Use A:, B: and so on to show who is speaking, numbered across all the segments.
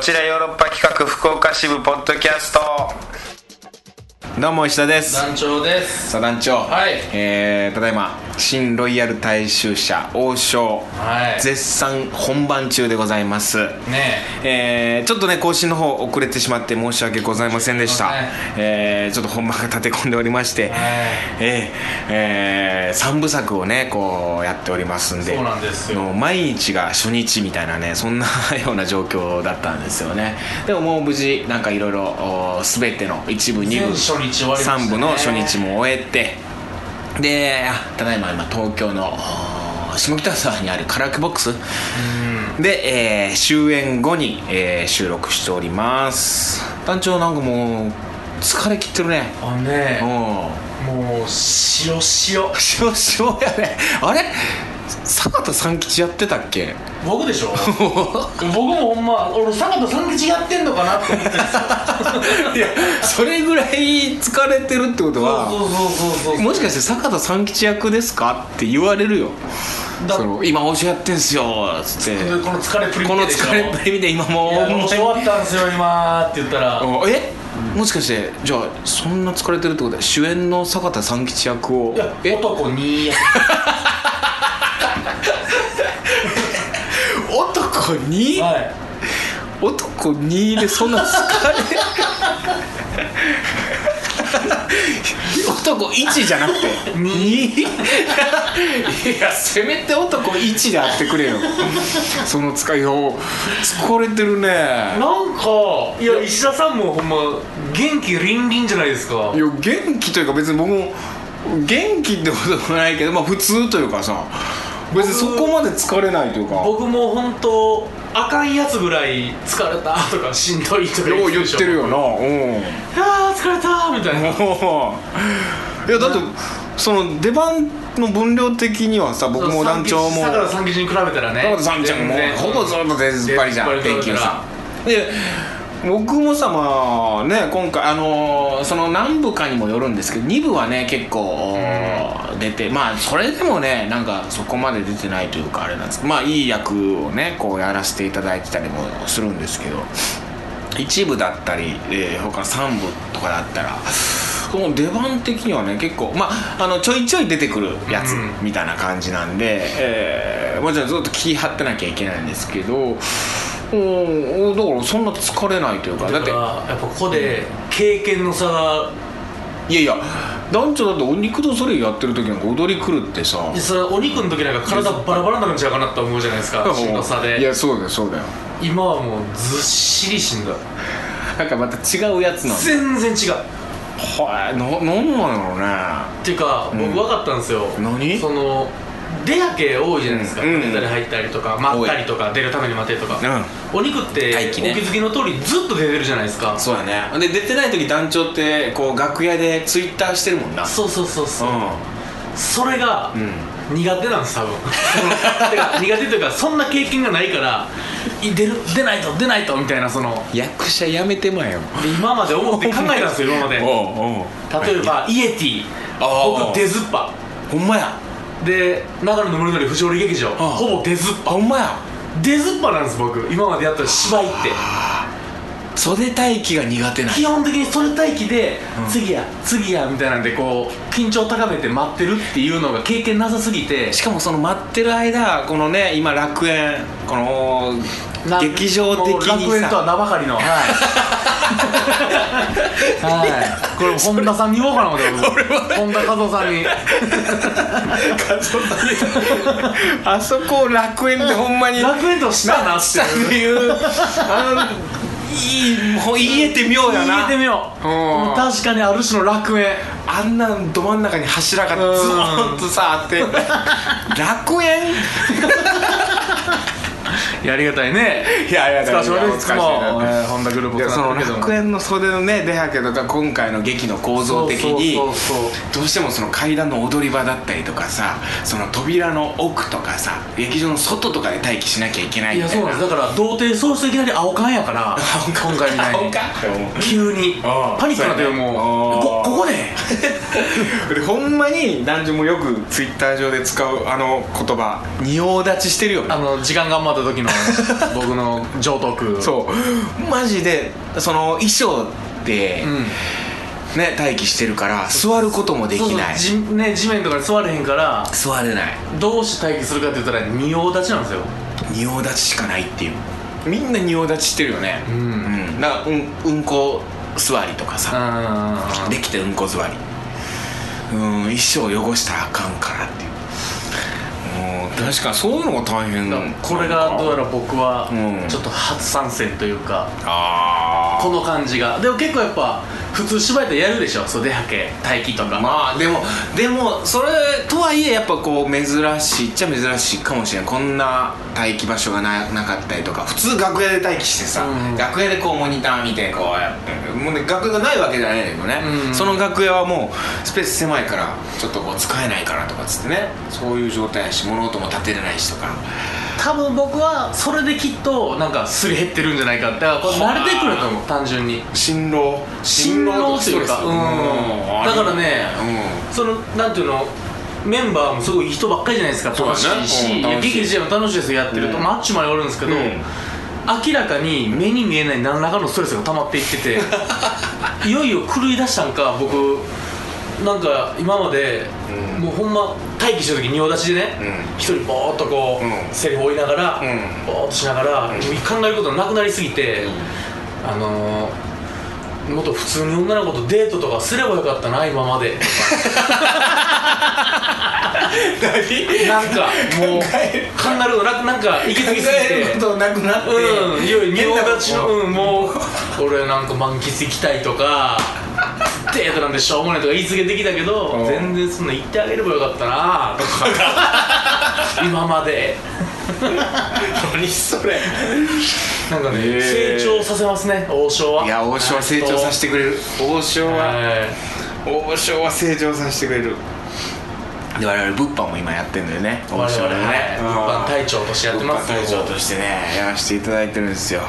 A: ちらヨーロッパ企画福岡支部ポッドキャストどうも石田です
B: 団長です
A: さあ団長、
B: はい
A: えーただいま新ロイヤル大衆社王将、
B: はい
A: 絶賛本番中でございます
B: ね
A: えーちょっとね更新の方遅れてしまって申し訳ございませんでした、
B: はい
A: えーちょっと本番が立て込んでおりまして、
B: はい
A: えーえ3部作をねこうやっておりますんで
B: そうなんですよ
A: もう毎日が初日みたいなねそんな ような状況だったんですよねでももう無事なんかいろいろ全ての1部2部
B: 全初日終わりましたね
A: 3部の初日も終えてであただいま今東京のお下北沢にあるカラオケボックスで、えー終演後に、えー収録しております団長なんかもう疲れ切ってるね
B: あね
A: おうん
B: もう塩 塩
A: 塩塩やねあれ坂田三吉やってたっけ
B: 僕でしょ 僕もほんま俺坂田三吉やってんのかなって思ってたんです よ
A: いやそれぐらい疲れてるってことは
B: そうそうそうそう
A: もしかして坂田三吉役ですかって言われるよ
B: だ
A: その今王将やってんすよっつって
B: この疲れっぷり
A: この
B: 見てでしょ
A: 疲れっぷり見て今もう
B: いやもう終わったんですよ今ーって言ったら
A: うんえもしかしてじゃあそんな疲れてるってことは主演の坂田三吉役を
B: いや
A: え
B: 男に
A: 男に、
B: はい
A: 男2でそんな疲れ男1じゃなくて2いやせめて男1であってくれよその使いを疲れてるねいや
B: なんかいや石田さんもほんま元気凛々じゃないですか
A: 元気というか別に僕も元気ってこともないけどまあ普通というかさ別にそこまで疲れないというか
B: 僕も本当あかんやつぐらい疲れたとかしんどいとか
A: よう
B: で
A: 言っ
B: しょ
A: てるよなうん
B: あー疲れたーみた いな
A: もういやだってその出番の分量的にはさ僕も団長も
B: だから三吉に比べたらね
A: 高田さんちゃんも
B: 全然
A: ほぼずっと出ずっぱりじゃ
B: 出ず
A: ん
B: っぱり
A: 天球
B: だ
A: さ
B: か
A: んで僕もさまあね今回あのーその何部かにもよるんですけど2部はね結構出てまあそれでもねなんかそこまで出てないというかあれなんですけどまあいい役をねこうやらせていただいてたりもするんですけど一部だったり、えー他3部とかだったらこの出番的にはね結構まああのちょいちょい出てくるやつ
B: うん
A: みたいな感じなんで、えーもちろんずっと気張ってなきゃいけないんですけどおーおーだからそんな疲れないというかだ
B: だ
A: っ
B: っててやっぱここで経験の差が
A: いやいや団長だってお肉とそれやってる時なんか踊り狂ってさ
B: いやそれお肉の時なんか体バラバラになるんちゃうかなって思うじゃないですかしんどさ
A: い
B: で
A: やそうだよそうだよ
B: 今はもうずっしりしんどい
A: なんかまた違うやつなんだ
B: 全然違う
A: はいななんなんやろうね
B: っていうか僕分かったんですよ、
A: 何
B: その出やけ多いじゃないですか、
A: うんうん
B: 出たり入ったりとか待ったりとか出るために待ってとか、お肉って、
A: 待機ね
B: お気づきの通りずっと出てるじゃないですか
A: そうやねで出てない時団長ってこう楽屋でツイッターしてるもんな
B: そうそうそうそう、
A: う
B: それが、苦手なんで す多分てか苦手というかそんな経験がないからい出る出ないと出ないとみたいなその
A: ん役者やめてまえよ
B: で今まで思って考えたんですよ今まで
A: おう
B: 例えばイエティ
A: あー
B: 僕出ずっぱ
A: ほんまや
B: で長野の森のり不条理劇場
A: あー
B: ほぼ出ずっぱ
A: ほんまや
B: 出ずっぱなんです僕今までやった芝居って
A: 袖待機が苦手な
B: 基本的にそれ待機で、
A: ん
B: 次や次やみたいなんでこう緊張高めて待ってるっていうのが経験なさすぎて
A: しかもその待ってる間このね今楽園この
B: な
A: 劇場的
B: もう楽
A: に
B: 園とは
A: さ
B: 名ばかりのはいはいこれ本田さんに言おうかな思って 僕本田和夫さんに
A: あそこを楽園でほんまに
B: 楽園としたなって
A: さっていうあのいいもう言えてみようやな
B: 言えてみよう
A: うん
B: もう確かにある種の楽園
A: あんなど真ん中に柱がずーっとさあって楽園
B: いやありがたいね
A: いやいや
B: 使わせてもらいつも、
A: いや
B: えー本田グループ
A: いやその楽
B: 園
A: 園の袖のね出はけとか今回の劇の構造的に
B: そうそうそう
A: どうしてもその階段の踊り場だったりとかさその扉の奥とかさ劇場の外とかで待機しなきゃいけない
B: い
A: み
B: や
A: た
B: そ
A: いう
B: なん
A: な
B: ですだから童貞喪失いきなり青缶やか ら今回みたいに急に
A: ああ
B: パニックになって
A: そうやね
B: もう
A: ああ
B: こここで
A: でほんまに男女もよくツイッター上で使うあの言葉仁王立ちしてるよね
B: あの時間が余った時の僕の上等句
A: そうマジでその衣装で、
B: ん
A: ね待機してるから座ることもで
B: そう
A: き
B: そう
A: ない
B: じね、地面とかに座れへんから
A: 座れない
B: どうして待機するかって言ったら仁王立ちなんですよ
A: 仁王立ちしかないっていうみんな仁王立ちしてるよね
B: うん
A: うん、だからうんうんこ座りとかさ、
B: あ
A: できてうんこ座りうん衣装汚したらあかんからっていうもう確かにそういうのが大変なの
B: これがどうやら僕は
A: うん
B: ちょっと初参戦というか、
A: あ
B: この感じがでも結構やっぱ普通芝居ってやるでしょ袖はけ待機とか
A: あまあでもでもそれとはいえやっぱこう珍しいっちゃ珍しいかもしれないこんな待機場所がななかったりとか普通楽屋で待機してさ、
B: うん
A: 楽屋でこうモニター見てこうやってもう、ね、楽屋がないわけじゃないんだけどね、
B: うん
A: その楽屋はもうスペース狭いからちょっとこう使えないからとかっつってねそういう状態やし物音も立てれないしとか
B: 多分僕はそれできっとなんかすり減ってるんじゃないかってだからこれ慣れてくると思う単純に
A: 新郎
B: 新郎というか
A: 新郎
B: うんだからねそのなんていうのメンバーもすごいいい人ばっかりじゃないですか
A: そうだ
B: 楽
A: ね
B: しい
A: う
B: し
A: ん楽しい
B: いや劇自体も楽しいですよやってると、
A: うん
B: マッチまでおるんですけど、
A: うん
B: 明らかに目に見えない何らかのストレスが溜まっていって ていよいよ狂い出したんか僕なんか今まで、
A: うん
B: もうほんま待機した時に仁王立ちでね
A: うん
B: 一、人ボーっとこう、
A: うん
B: セリフを追いながら、
A: うん
B: ボーっとしながら、
A: ん
B: 考えることなくなりすぎて、あのーもっと普通に女の子とデートとかすればよかったな今ま でなんかもう考えるのなくなんか行き過ぎすぎ て
A: となくなっ
B: うんいよいよ仁王立ち
A: 変なこ
B: の
A: と
B: うんもう俺なんか満喫行きたいとかデートなんでしょうもないとか言い続けてきたけど
A: うん
B: 全然そんな言ってあげればよかった なとか今まで
A: 何それ
B: なんかね、
A: へー
B: 成長させますね王将はい
A: や王将は成長させてくれる王将は
B: は
A: 王将は成長させてくれるで我々物販も今やってんだよね
B: い我
A: 王将
B: 々
A: で
B: ね
A: ね
B: 物販
A: うん
B: 隊長としてやってますけ
A: 物販隊長
B: ど
A: としてねやらせていただいてるんですよ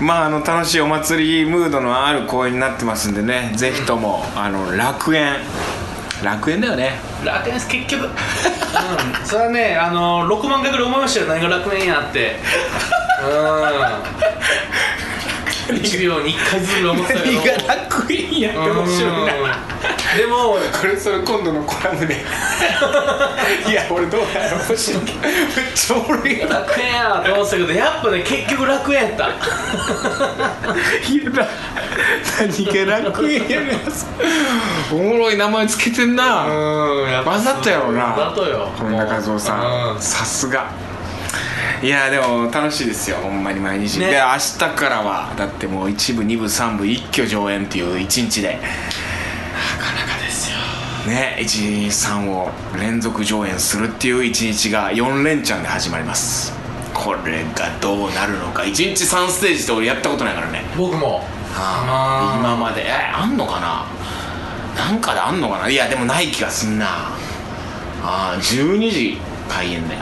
A: まああの楽しいお祭りムードのある公演になってますんでねぜひともあの楽園楽園だよね
B: 楽園です結局うんそれはねあの6万回ぐらい思いましたよ何が楽園やってうん1秒に1回ずつぐらい思ってたけど
A: 楽園やっ
B: うんでも
A: これそれ今度のコラムで いや俺どうやろう面白いけどめっちゃおもろいやな
B: 楽園やと思ってたけどやっぱね結局楽園やった
A: いやな何が楽園やねんおもろい名前つけてんな
B: うんやっぱ
A: わざとやろな
B: わざとよ
A: 本田和夫さ
B: うん
A: さすがいやでも楽しいですよほんまに毎日、
B: ね
A: で明日からはだってもう1部2部3部一挙上演っていう1日で
B: なかですよ
A: ね123を連続上演するっていう一日が4連チャンで始まりますこれがどうなるのか1日3ステージって俺やったことないからね
B: 僕もあー
A: 今までえあんのかななんかであんのかないやでもない気がすんなあー12時開演だよ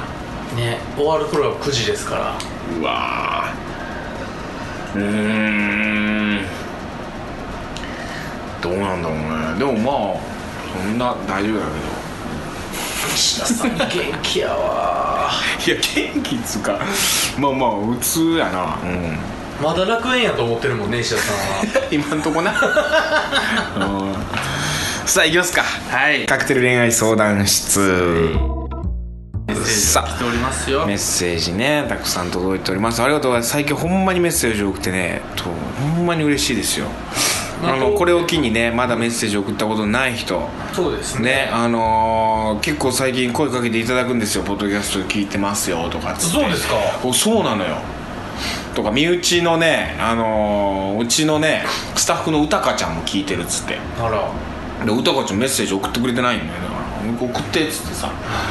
B: ね終わる頃は9時ですから
A: うわーうーんどうなんだろうねでもまあそんな大丈夫だけど
B: 岸田さん元気やわ
A: いや元気っつうかまあまあ普通やなうん
B: まだ楽園やと思ってるもんね石田さんは
A: 今んとこなうんさあ行きますか
B: はい
A: カクテル恋愛相談室さ
B: 来ておりますよ
A: メッセージねたくさん届いておりますありがとうございます最近ほんまにメッセージ多くてねとほんまに嬉しいですよあのこれを機にねまだメッセージ送ったことない人
B: そうですね
A: ねあのー結構最近声かけていただくんですよ「ポッドキャスト聞いてますよ」とかっつって
B: そうですか
A: おそうなのよとか身内のねあのーうちのねスタッフの歌香ちゃんも聞いてるっつって
B: あら
A: で歌香ちゃんメッセージ送ってくれてないんだよだから送ってっつってさ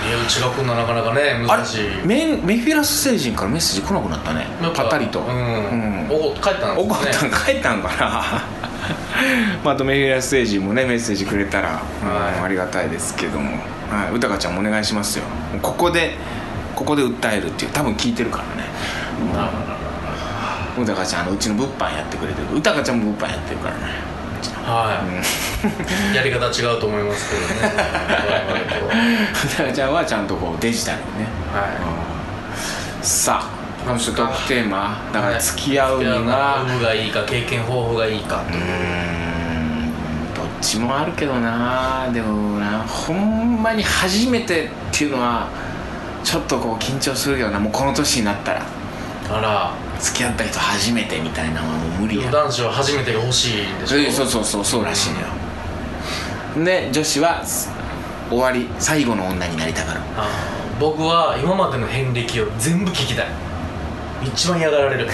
B: いやうちがこんななかなかね
A: あれ
B: 難しい
A: メンメフィラス星人からメッセージ来なくなったね
B: やっぱ
A: パタリと、
B: うん、
A: うん
B: おこ帰ったんですね
A: 怒ったん帰ったんかな まああとメフィラス星人もねメッセージくれたら、うん
B: はい
A: ありがたいですけども、はい、歌香ちゃんもお願いしますよここでここで訴えるっていう多分聞いてるからね
B: なるほどなる
A: 歌香ちゃんあのうちの物販やってくれてる歌香ちゃんも物販やってるからね
B: ほどはい、やり方違うと思いますけど ね我々と
A: 歌
B: は
A: 香ちゃんはちゃんとこうデジタルにね
B: は
A: さああの人トークテーマだから付き合うに
B: 付き合
A: は
B: うの有無がいいか経験豊富がいいか
A: うーんどっちもあるけどなでもなほんまに初めてっていうのはちょっとこう緊張するよなもうこの年になったら
B: あら
A: 付き合った人初めてみたいなのはもう無理や
B: 男子は初めてが欲しいんでし
A: そ
B: ょ
A: うそうそうそうそうらしいのよで女子は終わり最後の女になりたがる
B: あー僕は今までの遍歴を全部聞きたい一番嫌がられる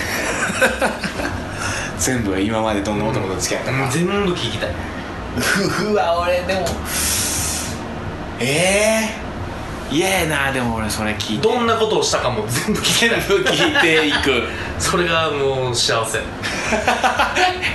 A: 全部今までどんな男と付き合ったか、
B: 全部聞きたい
A: 夫婦は俺でもええー、嫌やなでも俺それ聞いて
B: どんなことをしたかも全部聞きたい
A: 聞いていく
B: それがもう幸せ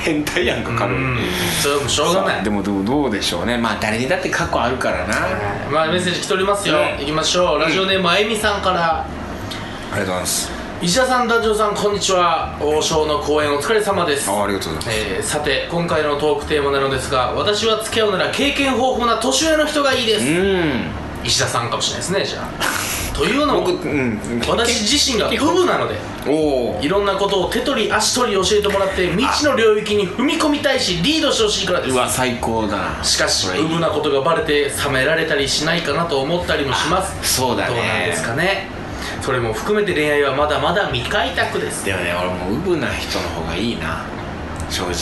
A: 変態やんか軽い
B: うんそれはもうしょうがない
A: でもどうどうでしょうねまあ誰にだって過去あるからな、
B: はいまあメッセージ来ておりますよ、
A: ね
B: いきましょうラジオネームあゆみさんから
A: ありがとうございます
B: 石田さん団長さんこんにちは王将の公演お疲れ様です
A: あありがとうございます、
B: えーさて今回のトークテーマなのですが私は付き合うなら経験豊富な年上の人がいいです、石田さんかもしれないですねじゃあ というの
A: うん
B: も
A: 僕うん
B: 私自身がウブなので
A: おお
B: いろんなことを手取り足取り教えてもらって未知の領域に踏み込みたいしリードしてほしいからで
A: う
B: す
A: わ最高だな
B: しかし
A: それいい
B: ウブなことがバレて冷められたりしないかなと思ったりもします
A: そうだね
B: どうなんですかねそれも含めて恋愛はまだまだ未開拓です
A: でもね俺もうウブな人の方がいいな正直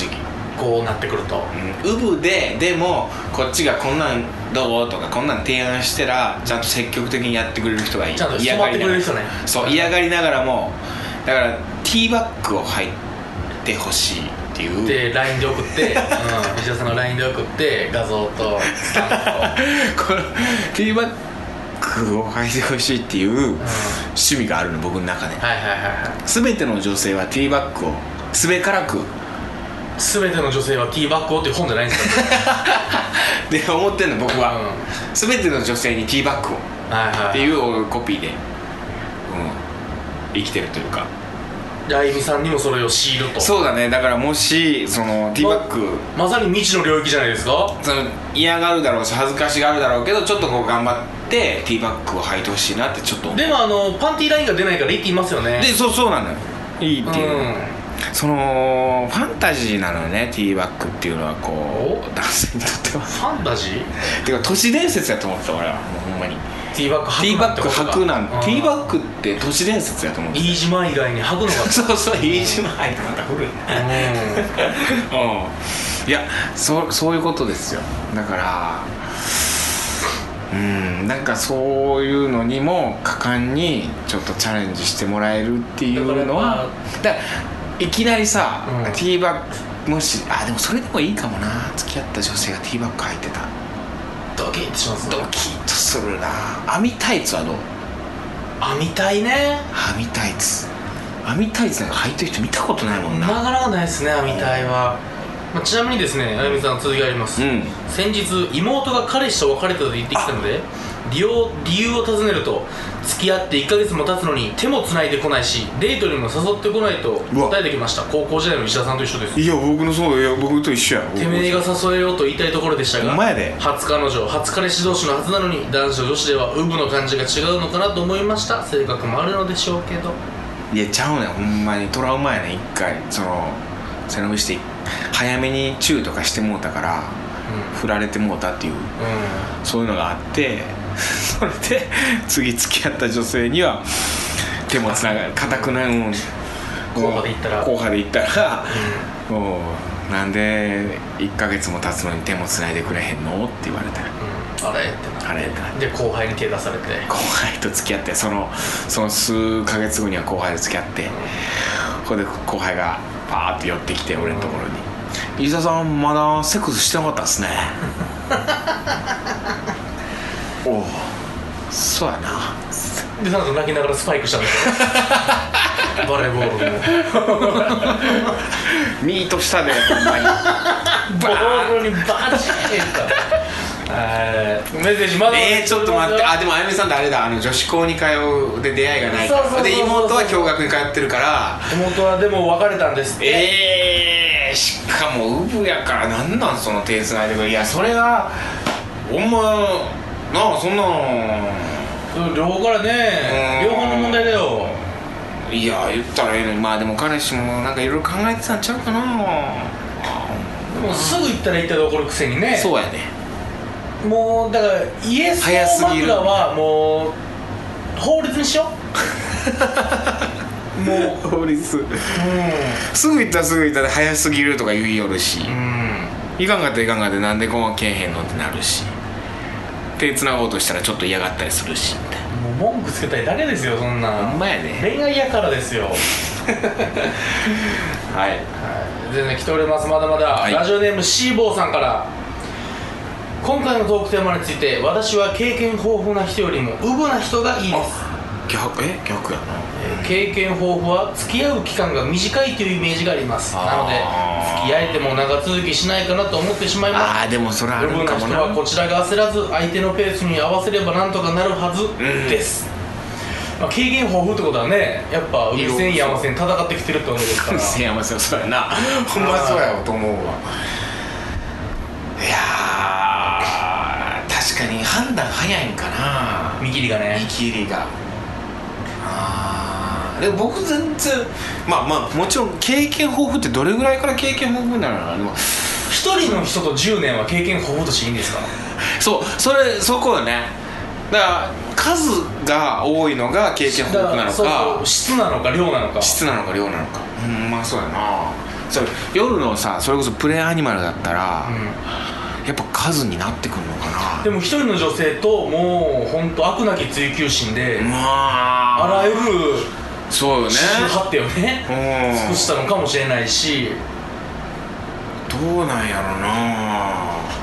B: こうなってくると
A: うんウブででもこっちがこんなんどうとかこんなん提案したらちゃんと積極的にやってくれる人がいい
B: ちゃんと
A: 嫌がりな
B: 染まってく
A: がら
B: れる人ね
A: そう嫌がりながらもだからティーバッグを入ってほしいっていう
B: で LINE で送っ て、うん、石田さんの LINE で送って画像とスタンプと
A: このティーバッグを履いてほしいっていう趣味があるの僕の中で
B: はいはいはいはい
A: 全ての女性はティーバッグをすべからく
B: 全ての女性はティーバッグをっていう本じゃないんですか
A: で思ってんの僕は、
B: う
A: 全ての女性にティーバッグを
B: はい
A: っ
B: は
A: て
B: い
A: いう俺コピーで、うん、生きてるというか
B: であゆみさんにもそれを強いると
A: そうだねだからもしそのティーバッグ
B: まさに未知の領域じゃないですか
A: その嫌がるだろうし恥ずかしがるだろうけどちょっとこう頑張ってティーバッグを履いてほしいなってちょっと思う
B: でもあのパンティーラインが出ないからいいって言いますよね
A: でそうそうなのよいいっ
B: う
A: ていう、
B: ん
A: そのファンタジーなのよねティーバッグっていうのはこう男性にとっては
B: ファンタジー
A: てか都市伝説やと思ってた俺はもうほんまに
B: ティーバッグ
A: ティー
B: 履くな
A: バ
B: っ
A: ッ
B: て
A: グ
B: ことか
A: 履くなん
B: うん
A: てティーバッグって都市伝説やと思ってた
B: 飯島以外に履くのが
A: そうそう飯島入ってまた古いな
B: う
A: うんいやそそういうことですよだからうんなんかそういうのにも果敢にちょっとチャレンジしてもらえるっていうのはだからいきなりさ、
B: うん
A: ティーバッグもしあでもそれでもいいかもな付き合った女性がティーバッグ履いてた
B: んドキッてしますね
A: ドキッとするな網タイツはどう
B: 網たいね
A: 網タイツ網タイツなんか履いてる人見たことないもん
B: な
A: な
B: かなかないですね網たいは、まあ、ちなみにですねあゆみさん続きがあります、
A: うん
B: 先日妹が彼氏と別れたと言ってきたので理由理由を尋ねると付き合って1ヶ月も経つのに手も繋いでこないしデートにも誘ってこないと答えてきました高校時代の石田さんと一緒です
A: いや僕のそういや僕と一緒や
B: てめえが誘えようと言いたいところでしたが
A: お前で
B: 初彼女初彼氏同士のはずなのに男子と女子ではウブの感じが違うのかなと思いました性格もあるのでしょうけど
A: いやちゃうねんほんまにトラウマやねん一回その背伸びして早めにチューとかしてもうたから
B: う
A: 振られてもうたっていうん
B: うん
A: そういうのがあって それで次付き合った女性には手もつながる固くないもん
B: 後派で行ったら
A: 後派で行ったらもうなんで1ヶ月も経つのに手もつないでくれへんのって言われたら
B: うんあれってな
A: あれってなって
B: で後輩に手出されて
A: 後輩と付き合ってそのその数ヶ月後には後輩と付き合ってここで後輩がパーって寄ってきて俺のところに「飯田さんまだセックスしてなかったっ すね」おおそうやな
B: でなんか泣きながらスパイクしたんですよ バレーボールの
A: ミートしたでほん まに
B: ボールにバチ ッメッセージまだ
A: えー、ちょっと待ってあでもあやめさんってあれだあの女子校に通うで出会いがないから
B: そうそうそうそう
A: で妹は共学に通ってるから
B: 妹はでも別れたんですって
A: えー、しかもウブやからなんなんその手つないでくれいやそれがお前なあそんなの
B: 両方からね
A: うん
B: 両方の問題だよ
A: いや言ったらええのにまあでも彼氏もなんかいろいろ考えてたんちゃうかな
B: もうすぐ行ったら行ったで怒るくせにね
A: そうやね
B: もうだからイエス
A: 早す
B: の
A: ぎる
B: 枕はもう法律にしようもう
A: 法律すぐ行ったらすぐ行ったで早すぎるとか言いよるし、
B: うんうん
A: いかんかったらいかんかったでなんでこんはけえへんのってなるし手繋ごうとしたらちょっと嫌がったりするしみたいな
B: もう文句つけたいだけですよそんな
A: ほんまやね
B: 恋愛やからですよ
A: はい
B: 全然来ておりますまだまだ、
A: はい
B: ラジオネームシーボーさんから今回のトークテーマについて私は経験豊富な人よりもウブな人がいいです
A: 逆え逆やな
B: 経験豊富は付き合う期間が短いというイメージがありますなので
A: あー
B: 付き合えても長続きしないかなと思ってしまいます
A: あーでもそれはあ
B: 部
A: る
B: 分
A: か
B: の
A: も
B: 人
A: な
B: はこちらが焦らず相手のペースに合わせればなんとかなるはず
A: ん
B: です、まあ、経験豊富ってことはねやっぱ海戦山戦戦ってきてるってことですから
A: せやませんそうやなほんまそうやと思うわいやー確かに判断早いんかな
B: 見切りがね
A: 見切りがあーでも僕全然まあまあもちろん経験豊富ってどれぐらいから経験豊富になるのかなでも
B: 一人の人と10年は経験豊富としていいんですか
A: そうそれそこよねだから数が多いのが経験豊富なのか
B: そうそう質なのか量なのか
A: 質なのか量なのかうんまあそうやなそう夜のさそれこそプレイアニマルだったら、
B: う
A: やっぱ数になってくるのか
B: ん
A: な
B: でも一人の女性ともう本当悪なき追求心で、
A: ま
B: あ
A: あ
B: らゆる
A: そうよね
B: 周波ってをね
A: うん
B: 尽くしたのかもしれないし
A: どうなんやろな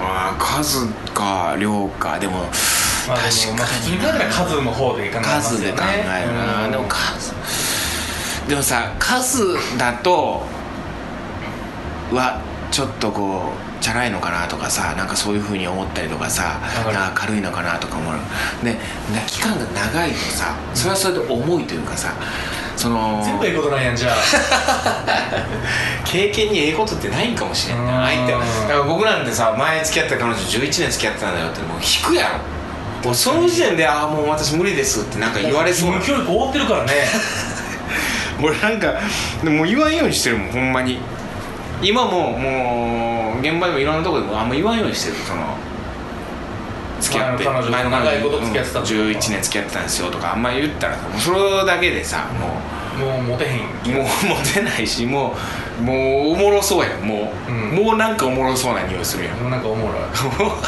A: あー数か量かでも、
B: まあで
A: 確
B: もまあ普
A: か
B: 通
A: に
B: に考えたら数の方で考えますよ
A: 数で
B: ね
A: 考えるな、
B: うん
A: でも数でもさ数だとはちょっとこうチャラいのかなとかさなんかそういうふうに思ったりとかさ
B: わかる
A: なんか軽いのかなとか思うでな期間が長いとさそれはそれで重いというかさその
B: 全部ええことなんやんじゃあ
A: 経験にええことってないんかもしれんな
B: うん
A: 相手はだから僕なんてさ前付き合った彼女11年付き合ってたんだよってもう引くやろもうその時点で「ああもう私無理です」ってなんか言われそうな
B: 義務教育終わってるからね
A: 俺なんかでももう言わんようにしてるもんほんまに今ももう現場でもいろんなとこでもあんま言わんようにしてるその付き合って
B: 前の彼女と長いこと付き合ってた
A: うん
B: とか
A: 11年付き合ってたんですよとかあんま言ったらもうそれだけでさも
B: もうモテへん
A: う もうモテないしもうもうおもろそうやんもう、
B: うん
A: もうなんかおもろそうな匂いするやん
B: もうなんかおもろい、うん、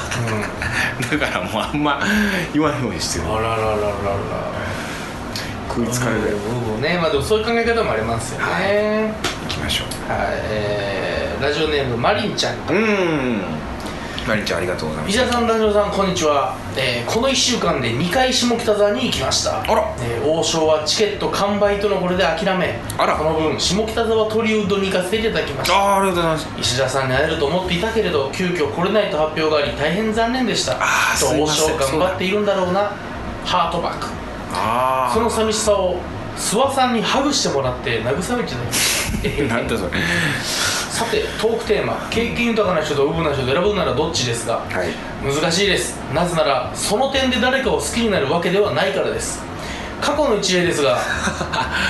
A: だからもうあんま言わんようにしてる
B: あらららららら
A: 食いつかれるよ
B: うんうんねまあでもそういう考え方もありますよね
A: は
B: はいい、
A: 行きましょ
B: えーラジオネームマリンちゃん
A: ううんマリンちゃんありがとうございます
B: 石田さん、男女さん、こんにちは、えーこの1週間で2回下北沢に行きました
A: あら
B: えー王将はチケット完売とのことで諦め
A: あら
B: その分下北沢トリウッドに行かせていただきまし
A: あ
B: た
A: あありがとうございます
B: 石田さんに会えると思っていたけれど急遽来れないと発表があり大変残念でした
A: あー
B: きっ
A: すい
B: と王
A: ません
B: 将頑張っているんだろうなハートバック
A: ああ
B: その寂しさを諏訪さんにハグしてもらって慰めていただきましたえへ へ
A: なんだそれ
B: さてトークテーマ経験豊かな人とウブな人と選ぶならどっちですが
A: はい
B: 難しいですなぜならその点で誰かを好きになるわけではないからです過去の一例 ですが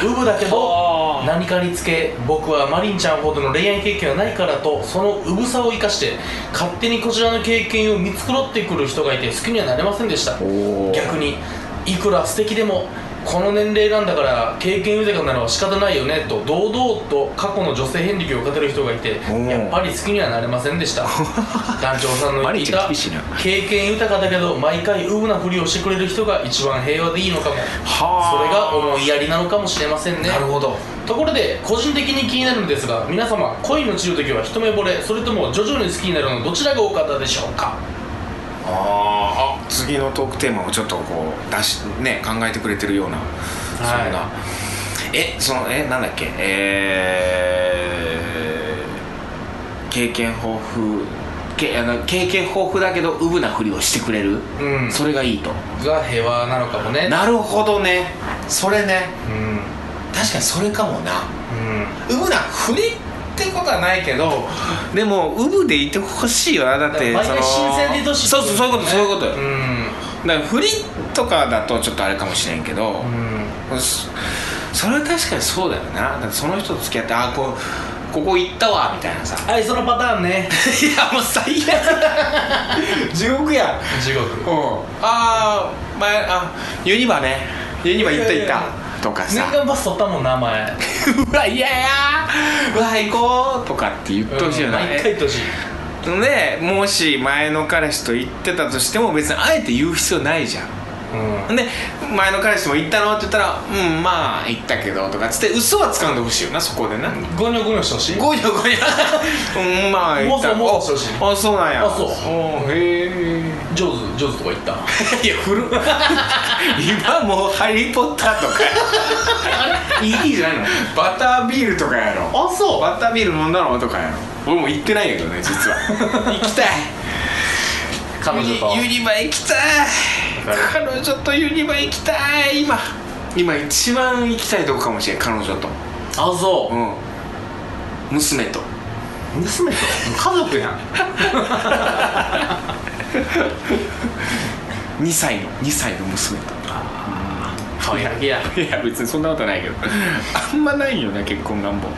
B: ウブだけ
A: は
B: ど
A: あ
B: 何かにつけ僕はマリンちゃんほどの恋愛経験はないからとそのウブさを生かして勝手にこちらの経験を見繕ってくる人がいて好きにはなれませんでした
A: おー
B: 逆にいくら素敵でもこの年齢なんだから経験豊かなのは仕方ないよねと堂々と過去の女性遍歴を語る人がいて
A: おー
B: やっぱり好きにはなれませんでした 団長さんの言ってい
A: マリンちゃん
B: た
A: 厳しいな
B: 経験豊かだけど毎回ウブなふりをしてくれる人が一番平和でいいのかも
A: はあ
B: それが思いやりなのかもしれませんね
A: なるほど
B: ところで個人的に気になるのですが皆様恋の治療時は一目惚れそれとも徐々に好きになるのどちらが多かったでしょうか
A: あーあ次のトークテーマをちょっとこう出しね考えてくれてるような、そんなえそのえなんだっけえー、経験豊富けあの経験豊富だけどウブなふりをしてくれる、
B: うん
A: それがいいと
B: が平和なのかもね
A: なるほどねそれね
B: うん
A: 確かにそれかもな
B: うん
A: ウブなふりってことはないけどでもウブでいてほしいわだって
B: だから毎回
A: その
B: 新鮮でいてほしいって
A: そう
B: こ
A: そう
B: とね
A: そういうことそういうことよ
B: うん
A: だから不倫とかだとちょっとあれかもしれんけど、
B: うん
A: それは確かにそうだよなだからその人と付き合ってああこうここ行ったわみたい なさ
B: はいそのパターンね
A: いやもう最悪だ地獄や
B: 地獄
A: うんああ前あユニバねユニバ行った行ったとか
B: 年
A: さ
B: 間パス取ったもん名前
A: うわ嫌やーうわ行こうとかって言ってほしいよ
B: 毎回言
A: ね
B: ってほしい
A: でもし前の彼氏と行ってたとしても別にあえて言う必要ないじゃん
B: うん
A: で前の彼氏も行ったのって言ったら「うんまあ行ったけど」とかっつって嘘はつかんでほしいよなそこでな
B: ゴニョゴニョしてほしい
A: ゴニョゴニョうんまあ行った
B: 妄想妄想して
A: あ
B: ほしい
A: あそうなんや
B: あそう
A: おうへえ
B: 上手上手とか言った
A: いや古っ今もう「ハリー・ポッター」とかいいじゃないのバタービールとかやろ
B: あそ
A: バタービール飲んだのとかやろ俺も行ってないんやけどね実は 行きたい
B: 彼女と
A: ユニユニバ行きたい
B: わか
A: 彼女とユニバ行きたい今今一番行きたいとこかもしれん彼女と
B: あそううん
A: 娘と
B: 娘と家族やん
A: 2歳の2歳の娘と
B: 可愛いや
A: いや別にそんなことないけどあんまないよね結婚願望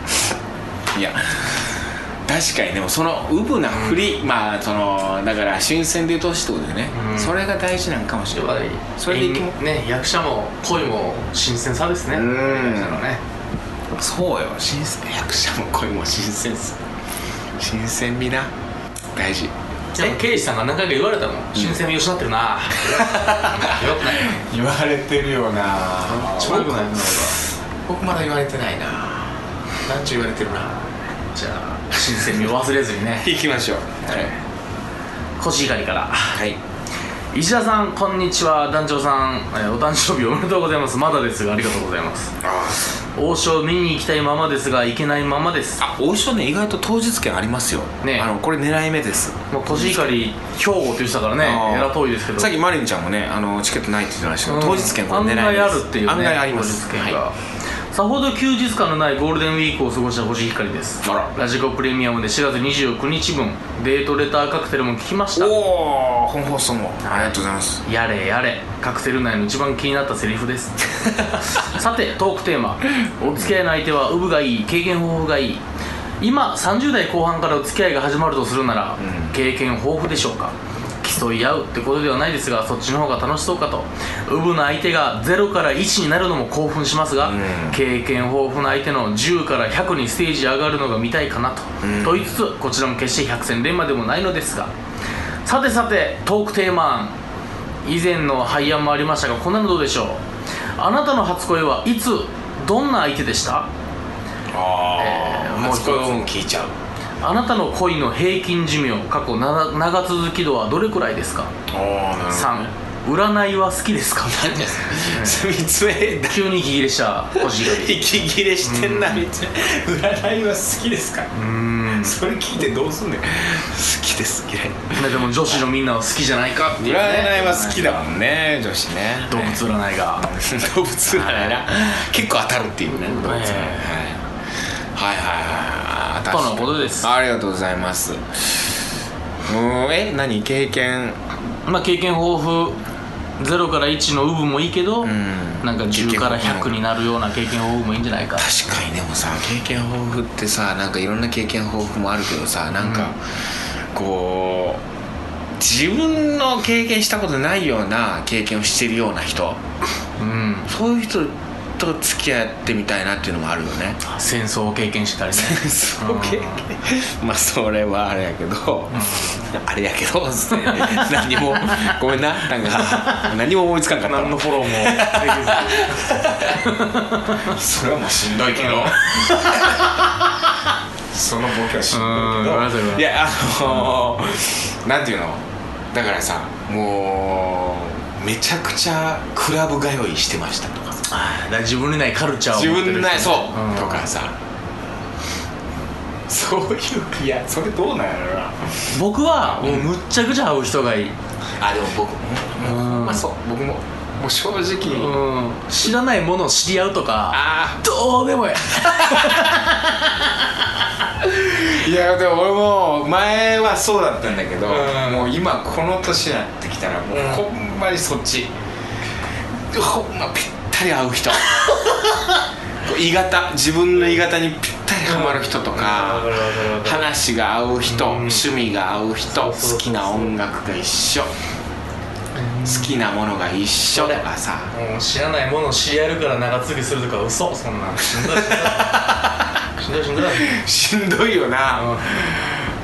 A: いや確かにでもそのうぶなふり、まあそのだから新鮮で言うとほしいってことだよね、
B: うん
A: それが大事なんかもしれ
B: やっ
A: な
B: ぱ
A: い
B: り
A: それでいきも
B: ね役者も恋も新鮮さですね
A: うん
B: 役者のね
A: そうよ新鮮役者も恋も新鮮っす新鮮味な大事
B: でも刑事さんが何回か言われたもん新鮮味失ってるな よくない
A: 言われてるよな
B: 超良くないな
A: 僕まだ言われてないななんちゅう言われてるな
B: じゃあ新鮮味を忘れずにね
A: 行きましょう
B: コシヒカリから
A: はい、はい、
B: 石田さんこんにちは団長さん、えーお誕生日おめでとうございますまだですがありがとうございます
A: あ
B: 王将見に行きたいままですが行けないままです
A: あ王将ね意外と当日券ありますよ
B: ね
A: あのこれ狙い目です
B: もうコシヒカリ兵庫って言ってたからね
A: あー
B: えら遠いですけど
A: さっきマリンちゃんもねあのチケットないって言ってましたけど、
B: うん
A: 当日券これ狙い目で
B: 案
A: す
B: 外あるっていうね
A: 案外あります
B: 当日券が、
A: は
B: さほど休日感のないゴールデンウィークを過ごした星光です
A: あら
B: ラジコプレミアムで4月29日分デートレターカクテルも聞きまし
A: い
B: た
A: おお本放送もありがとうございます
B: やれやれカクテル内の一番気になったセリフです さてトークテーマお付き合いの相手はウブがいい経験豊富がいい今30代後半からお付き合いが始まるとするなら、
A: うん
B: 経験豊富でしょうか競い合うってことではないですがそっちの方が楽しそうかとウブの相手が0から1になるのも興奮しますが、
A: うん
B: 経験豊富な相手の10から100にステージ上がるのが見たいかなと、
A: うん
B: と言いつつこちらも決して100戦錬磨でもないのですがさてさてトークテーマ案以前の廃案もありましたがこんなのどうでしょうあなたの初恋はいつどんな相手でした
A: あ
B: ー
A: もう
B: 初恋
A: 音聞いちゃう
B: あなたの恋の平均寿命過去な長続き度はどれくらいですか
A: ああなるほど
B: 3占いは好き ですか
A: 三つ目だ
B: 急に息切れした星がう
A: 息切れしてんな三つ目占いは好きですか
B: ーん
A: それ聞いてどうすんねん好きです嫌い
B: ねでも女子のみんなは好きじゃないかっていう、ね、
A: 占いは好きだもんね女子ね
B: 動物占いが
A: 動物占いな結構当たるっていうね動物占いはいはいはいはい
B: とのことです
A: ありがとうございますうーんえ何経験
B: まあ経験豊富0から1の有無もいいけど、
A: ん
B: なんか10から100になるような経験豊富もいいんじゃないか
A: 確かにでもさ経験豊富ってさなんかいろんな経験豊富もあるけどさなんか、こう自分の経験したことないような経験をしてるような人
B: うん
A: そういう人と付き合ってみたいなっていうのもあるよね
B: 戦争を経験してたりね
A: そう経験まあそれはあれやけど、あれやけどっ つって何もごめんななんか何も思いつかなかった
B: 何のフォローもできず
A: それはもうしんどいけどそのボケはしんど
B: うんごめんなさいごめんなさい
A: いやあのー、なんていうのだからさもうめちゃくちゃクラブ通いしてましたとかさ
B: あーだから自分にないカルチャーを
A: 自
B: 持ってる
A: 分なそう、
B: ん
A: とかさそういういやそれどうなんやろな
B: 僕はもうむっちゃくちゃ会う人がいい、
A: あでも僕も、
B: うん
A: まあそう僕ももう正直、
B: うん知らないものを知り合うとか
A: あ
B: どうでもえ
A: あいやでも俺も前はそうだったんだけど、
B: うん
A: もう今この年になってきたらもう
B: うん
A: ほんまにそっち、ほんまぴったたり合 う人こう E 型自分の E 型にぴったりハマる人とか、
B: うんわかるわかるわかる
A: 話が合う人、
B: うん
A: 趣味が合う人
B: そうそうそうそう
A: 好きな音楽が一緒好きなものが一緒とかさ
B: もう知らないものを知り合えるから長続きするとか嘘そんなんしんどいしんどいし
A: しん
B: んどいしんどい
A: どいよな、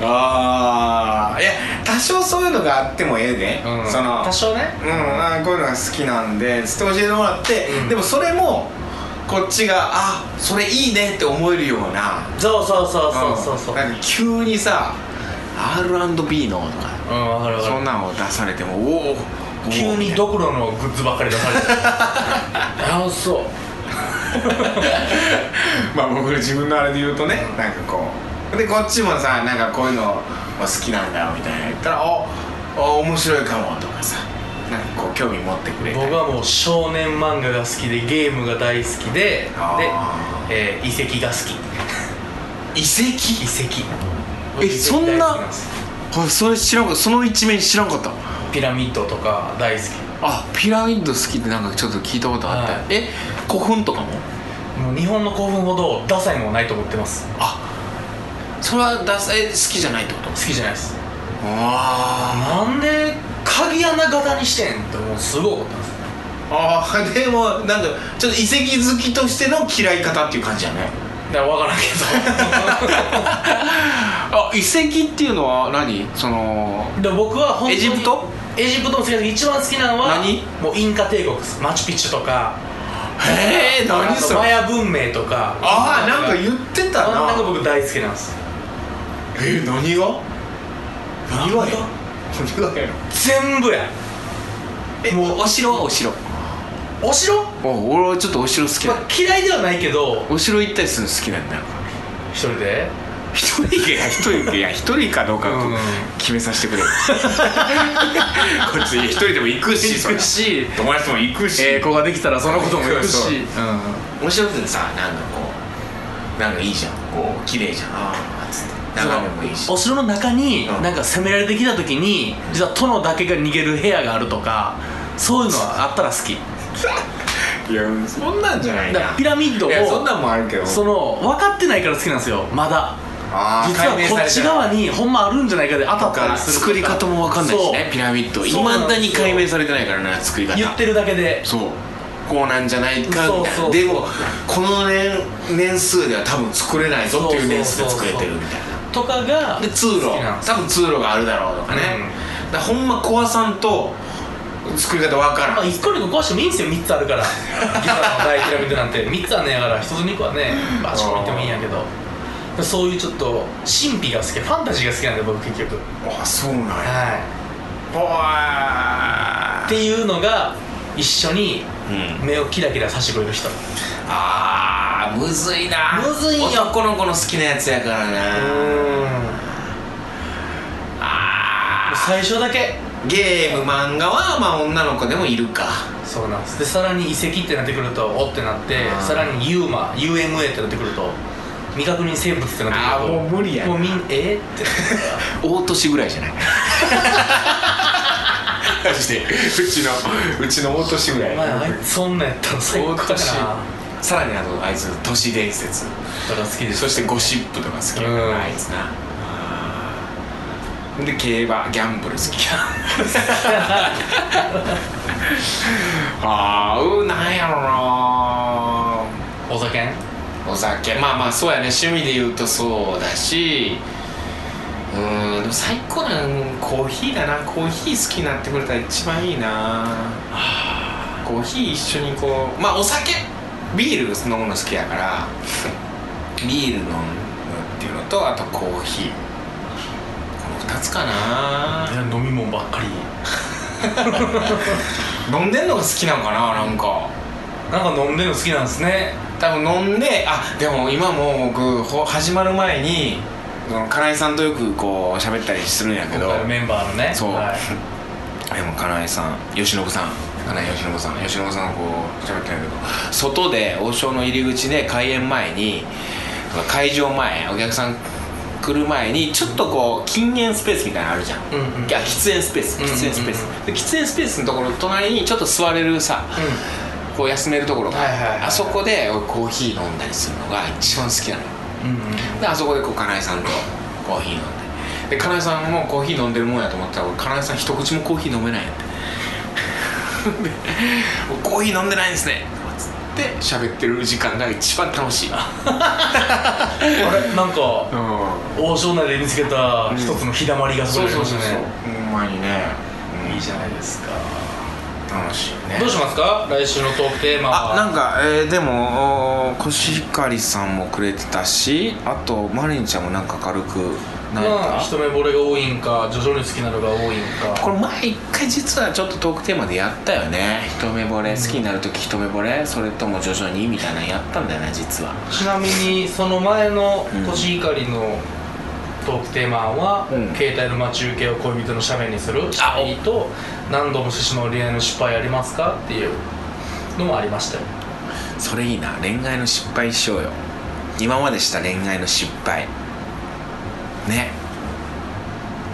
A: ああいや多少そういうのがあってもええで、
B: うん
A: その
B: 多少ね
A: うん、あーこういうのが好きなんでずっと教えてもらって、
B: うん
A: でもそれもこっちがあそれいいねって思えるような
B: そうそうそうそうそうそううん
A: なんか急にさ R&B のとか
B: 分かる分か
A: そ
B: る
A: んなのを出されてもおお
B: 急にドクロのグッズばっかり出されてああそう
A: まあ僕自分のあれで言うとねなんかこうでこっちもさなんかこういうの好きなんだよみたいな言ったらおお面白いかもとかさなんかこう興味持ってくれたり
B: 僕はもう少年漫画が好きでゲームが大好きでで
A: あ、
B: えー、遺跡が好き
A: 遺跡
B: 遺跡
A: え
B: 遺跡
A: そんな
B: 大好きんです
A: あそれ知らんかったその一面知らんかった
B: ピラミッドとか大好き
A: あピラミッド好きってなんかちょっと聞いたことあった、
B: はい
A: え古墳とかも
B: もう日本の興奮ほどダサいもんないと思ってます
A: あそれはダサえ好きじゃないってこと
B: 好きじゃないです
A: あ
B: なんで鍵穴型にしてんってもうすごい思ったんです
A: あーでもなんかちょっと遺跡好きとしての嫌い方っていう感じやね
B: だから分からんけ
A: あ遺跡っていうのは何その
B: どで僕は本当に
A: エジプト
B: エジプトも好きだけど一番好きなのは
A: 何
B: もうインカ帝国ですマチュピチュとか
A: へえ何そ
B: あとマ
A: れ
B: ヤ文明とか
A: ああなんか言ってた
B: あんな
A: なん
B: か僕大好きなんです
A: え何が何がや
B: なんか
A: 何がや
B: 全部や
A: えもうお城はお城
B: お城、ま
A: お俺はちょっとお城好きだ
B: あ、嫌いではないけど
A: お城行ったりするの好きなんだよ
B: 一人で
A: 一人いや一人いや一人かどうか
B: うん
A: 決めさせてく れこいつ一人でも行くしそりゃ
B: し
A: 友達とも行くし、
B: 子ができたらその
A: こともよし
B: し
A: 面白くてさなんかこうなんかいいじゃんこう綺麗じゃんああつって眺めもいいし
B: お城の中に
A: うん
B: なんか攻められてきた時に実は殿だけが逃げる部屋があるとかそういうのはあったら好き
A: いやそんなんじゃない
B: だからピラミッドを
A: いやそんなんもあるけど
B: その分かってないから好きなんですよまだ
A: あー
B: 実はこっち側にほんまあるんじゃないかで当たったりする
A: 作り方もわかんないしねピラミッドい
B: そうなん
A: ま
B: で
A: だ
B: す
A: に
B: よ
A: 解明されてないからな作り
B: そう
A: 方
B: 言ってるだけで
A: そうこうなんじゃないかみたいな
B: そうそう
A: でもこの年年数では多分作れないぞっていう年数で作れてるみたいな
B: とかが
A: で通路
B: 好きなんです
A: 多分通路があるだろうとかね、だからほんまコアさんと作り方わからん、
B: まあ、1個2個壊してもいいんですよ3つある からギザの大ピラミッドなんて3つあんねやから1つ2個はねバチコン行ってもいいんやけどそういうちょっと神秘が好きファンタジーが好きなんで僕結局
A: あそうなんや
B: は
A: ほ
B: い
A: わ
B: っていうのが一緒に
A: うん
B: 目をキラキラさしてくれる人
A: あーむずいな
B: むずいよ
A: 男の子の好きなやつやからなあ
B: 最初だけ
A: ーゲーム漫画はまあ女の子でもいるか
B: そうなんですでさらに遺跡ってなってくるとおってなって
A: あー
B: さらにユーマ UMA ってなってくると未確認生物ってなってくると
A: あーもう無理やな
B: もうみん えー、って
A: 大年ぐらい じゃないマジでうちのうちの大年ぐら
B: お前あいつそんなんやったら最高やな
A: 大年さらにあのあいつ都市伝説
B: だから好きです
A: そしてゴシップとか好きやから
B: うん
A: なあいつなあーで競馬ギャンブル好 きやあーうーなんやろな
B: お酒ん
A: お酒まあまあそうやね趣味で言うとそうだしうーんでも最高なんコーヒーだなコーヒー好きになってくれたら一番いいなコーヒー一緒にこうまあお酒ビール飲むの好きやから ビール飲むっていうのとあとコーヒーこの2つかな
B: 飲み物ばっかり
A: 飲んでんのが好きなんかななんか
B: なんか飲んでるの好きなんですね
A: 多分飲んであでも今もう僕ほ始まる前にその金井さんとよくこう喋ったりするんやけ
B: 今
A: ど
B: 回のメンバーのね
A: そう
B: はい
A: でも金井さん慶喜さん金井慶喜さん慶喜さんこう喋ってんやけど外で王将の入り口で開演前に会場前お客さん来る前にちょっとこう禁煙スペースみたいなのあるじゃん、
B: うんうん
A: いや喫煙スペース喫煙スペース、
B: うんうん
A: で喫煙スペースのところ隣にちょっと座れるさ、こう休めるところが、
B: はいはいはい
A: あそこで俺コーヒー飲んだりするのが一番好きなの
B: うんうん
A: であそこでこう金井さんとコーヒー飲んでで金井さんもコーヒー飲んでるもんやと思ったら俺金井さん一口もコーヒー飲めないんやって で「コーヒー飲んでないんですね」つって喋ってる時間が一番楽しい
B: あれなんか
A: うん
B: 王将内で見つけた一つの日だまりがそ
A: そ
B: こ
A: う
B: にあり
A: そう
B: ま
A: そう
B: した
A: そう
B: ね
A: ほんまにね、うん
B: いいじゃないですか
A: 楽しいね
B: どうしますか来週のトークテーマは
A: あなんか、えーでもおーコシヒカリさんもくれてたしあとマリンちゃんもなんか軽くなん
B: まあ
A: か、
B: 一目惚れが多いんか徐々に好きなのが多いんか
A: これ前一回実はちょっとトークテーマでやったよね一目惚れ好きになる時一目惚れそれとも徐々にみたいなのやったんだよね実は
B: ちなみにその前の
A: うん
B: コシヒカリのトークテーマは、
A: うん
B: 携帯の待ち受けを恋人の斜面にする
A: あ
B: いと何度もしてしまう恋愛の失敗ありますかっていうのもありましたよ
A: それいいな恋愛の失敗しようよ今までした恋愛の失敗ね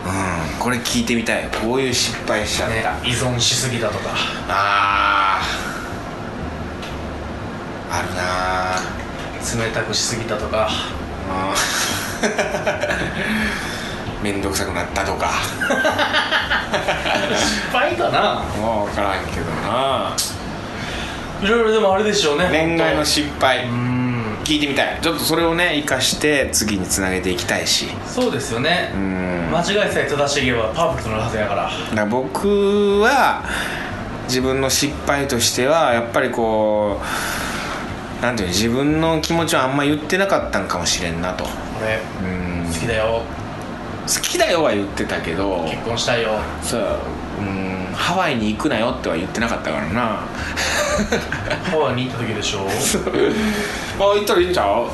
A: うんこれ聞いてみたいよこういう失敗しちゃった、
B: ね依存しすぎだとか
A: あーあるなー
B: 冷たくしすぎたとか
A: あーめん どくさくなったとか
B: 失敗かな
A: もう分からんけどない
B: ろいろでもあれでしょうね
A: 恋愛の
B: 失
A: 失敗
B: 敗うん
A: 聞いてみたいちょっとそれをね生かして次につなげていきたいし
B: そうですよね
A: うん
B: 間違いさえ正していけばパーフェクトなはずやから
A: だから僕は自分の失敗としてはやっぱりこうなんていうの自分の気持ちをあんま言ってなかったんかもしれんなと
B: 俺
A: うん
B: 好きだよ
A: 好きだよは言ってたけど
B: 結婚したいよ
A: そううんハワイに行くなよっては言ってなかったからな
B: ハワイに行った時でし ょ
A: あ行ったらいいんちゃう、うん、行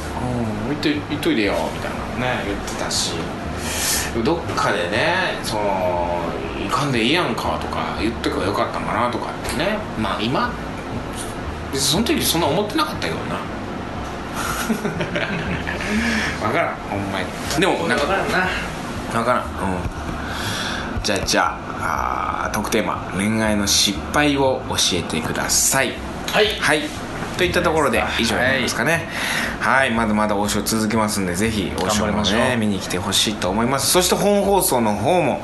A: って行っといでよみたいなのね言ってたしどっかでねその行かんでいいやんかとか言ってからよかったんかなとかってねまあ今別にその時そんな思ってなかったけどな 分からんほんまにでもなん
B: だ
A: か
B: からな
A: 分からんうんじゃあじゃああー特テーマ恋愛の失敗を教えてください
B: はい
A: はいといったところで以上になりますかねはい、まだまだ王将続きますんでぜひ王将
B: 頑張り
A: も
B: ましょ
A: ね
B: う
A: 見に来てほしいと思いますそして本放送の方も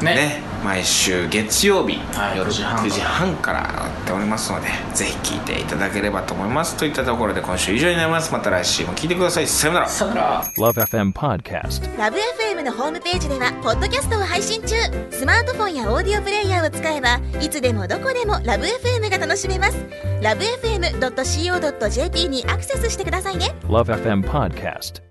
A: ね
B: ね
A: 毎週月曜日、
B: はい
A: 夜
B: 9時半から
A: 9時半からやっておりますのでぜひ聞いていただければと思いますといったところで今週以上になりますまた来週も聞いてくださいさよなら
B: さよなら
C: Love FM Podcast.
D: ラブ f m のホームページではポッドキャストを配信中スマートフォンやオーディオプレイヤーを使えばいつでもどこでもラブ f m が楽しめますラブ FM.co.jp にアクセスしてくださいね
C: Love FM Podcast.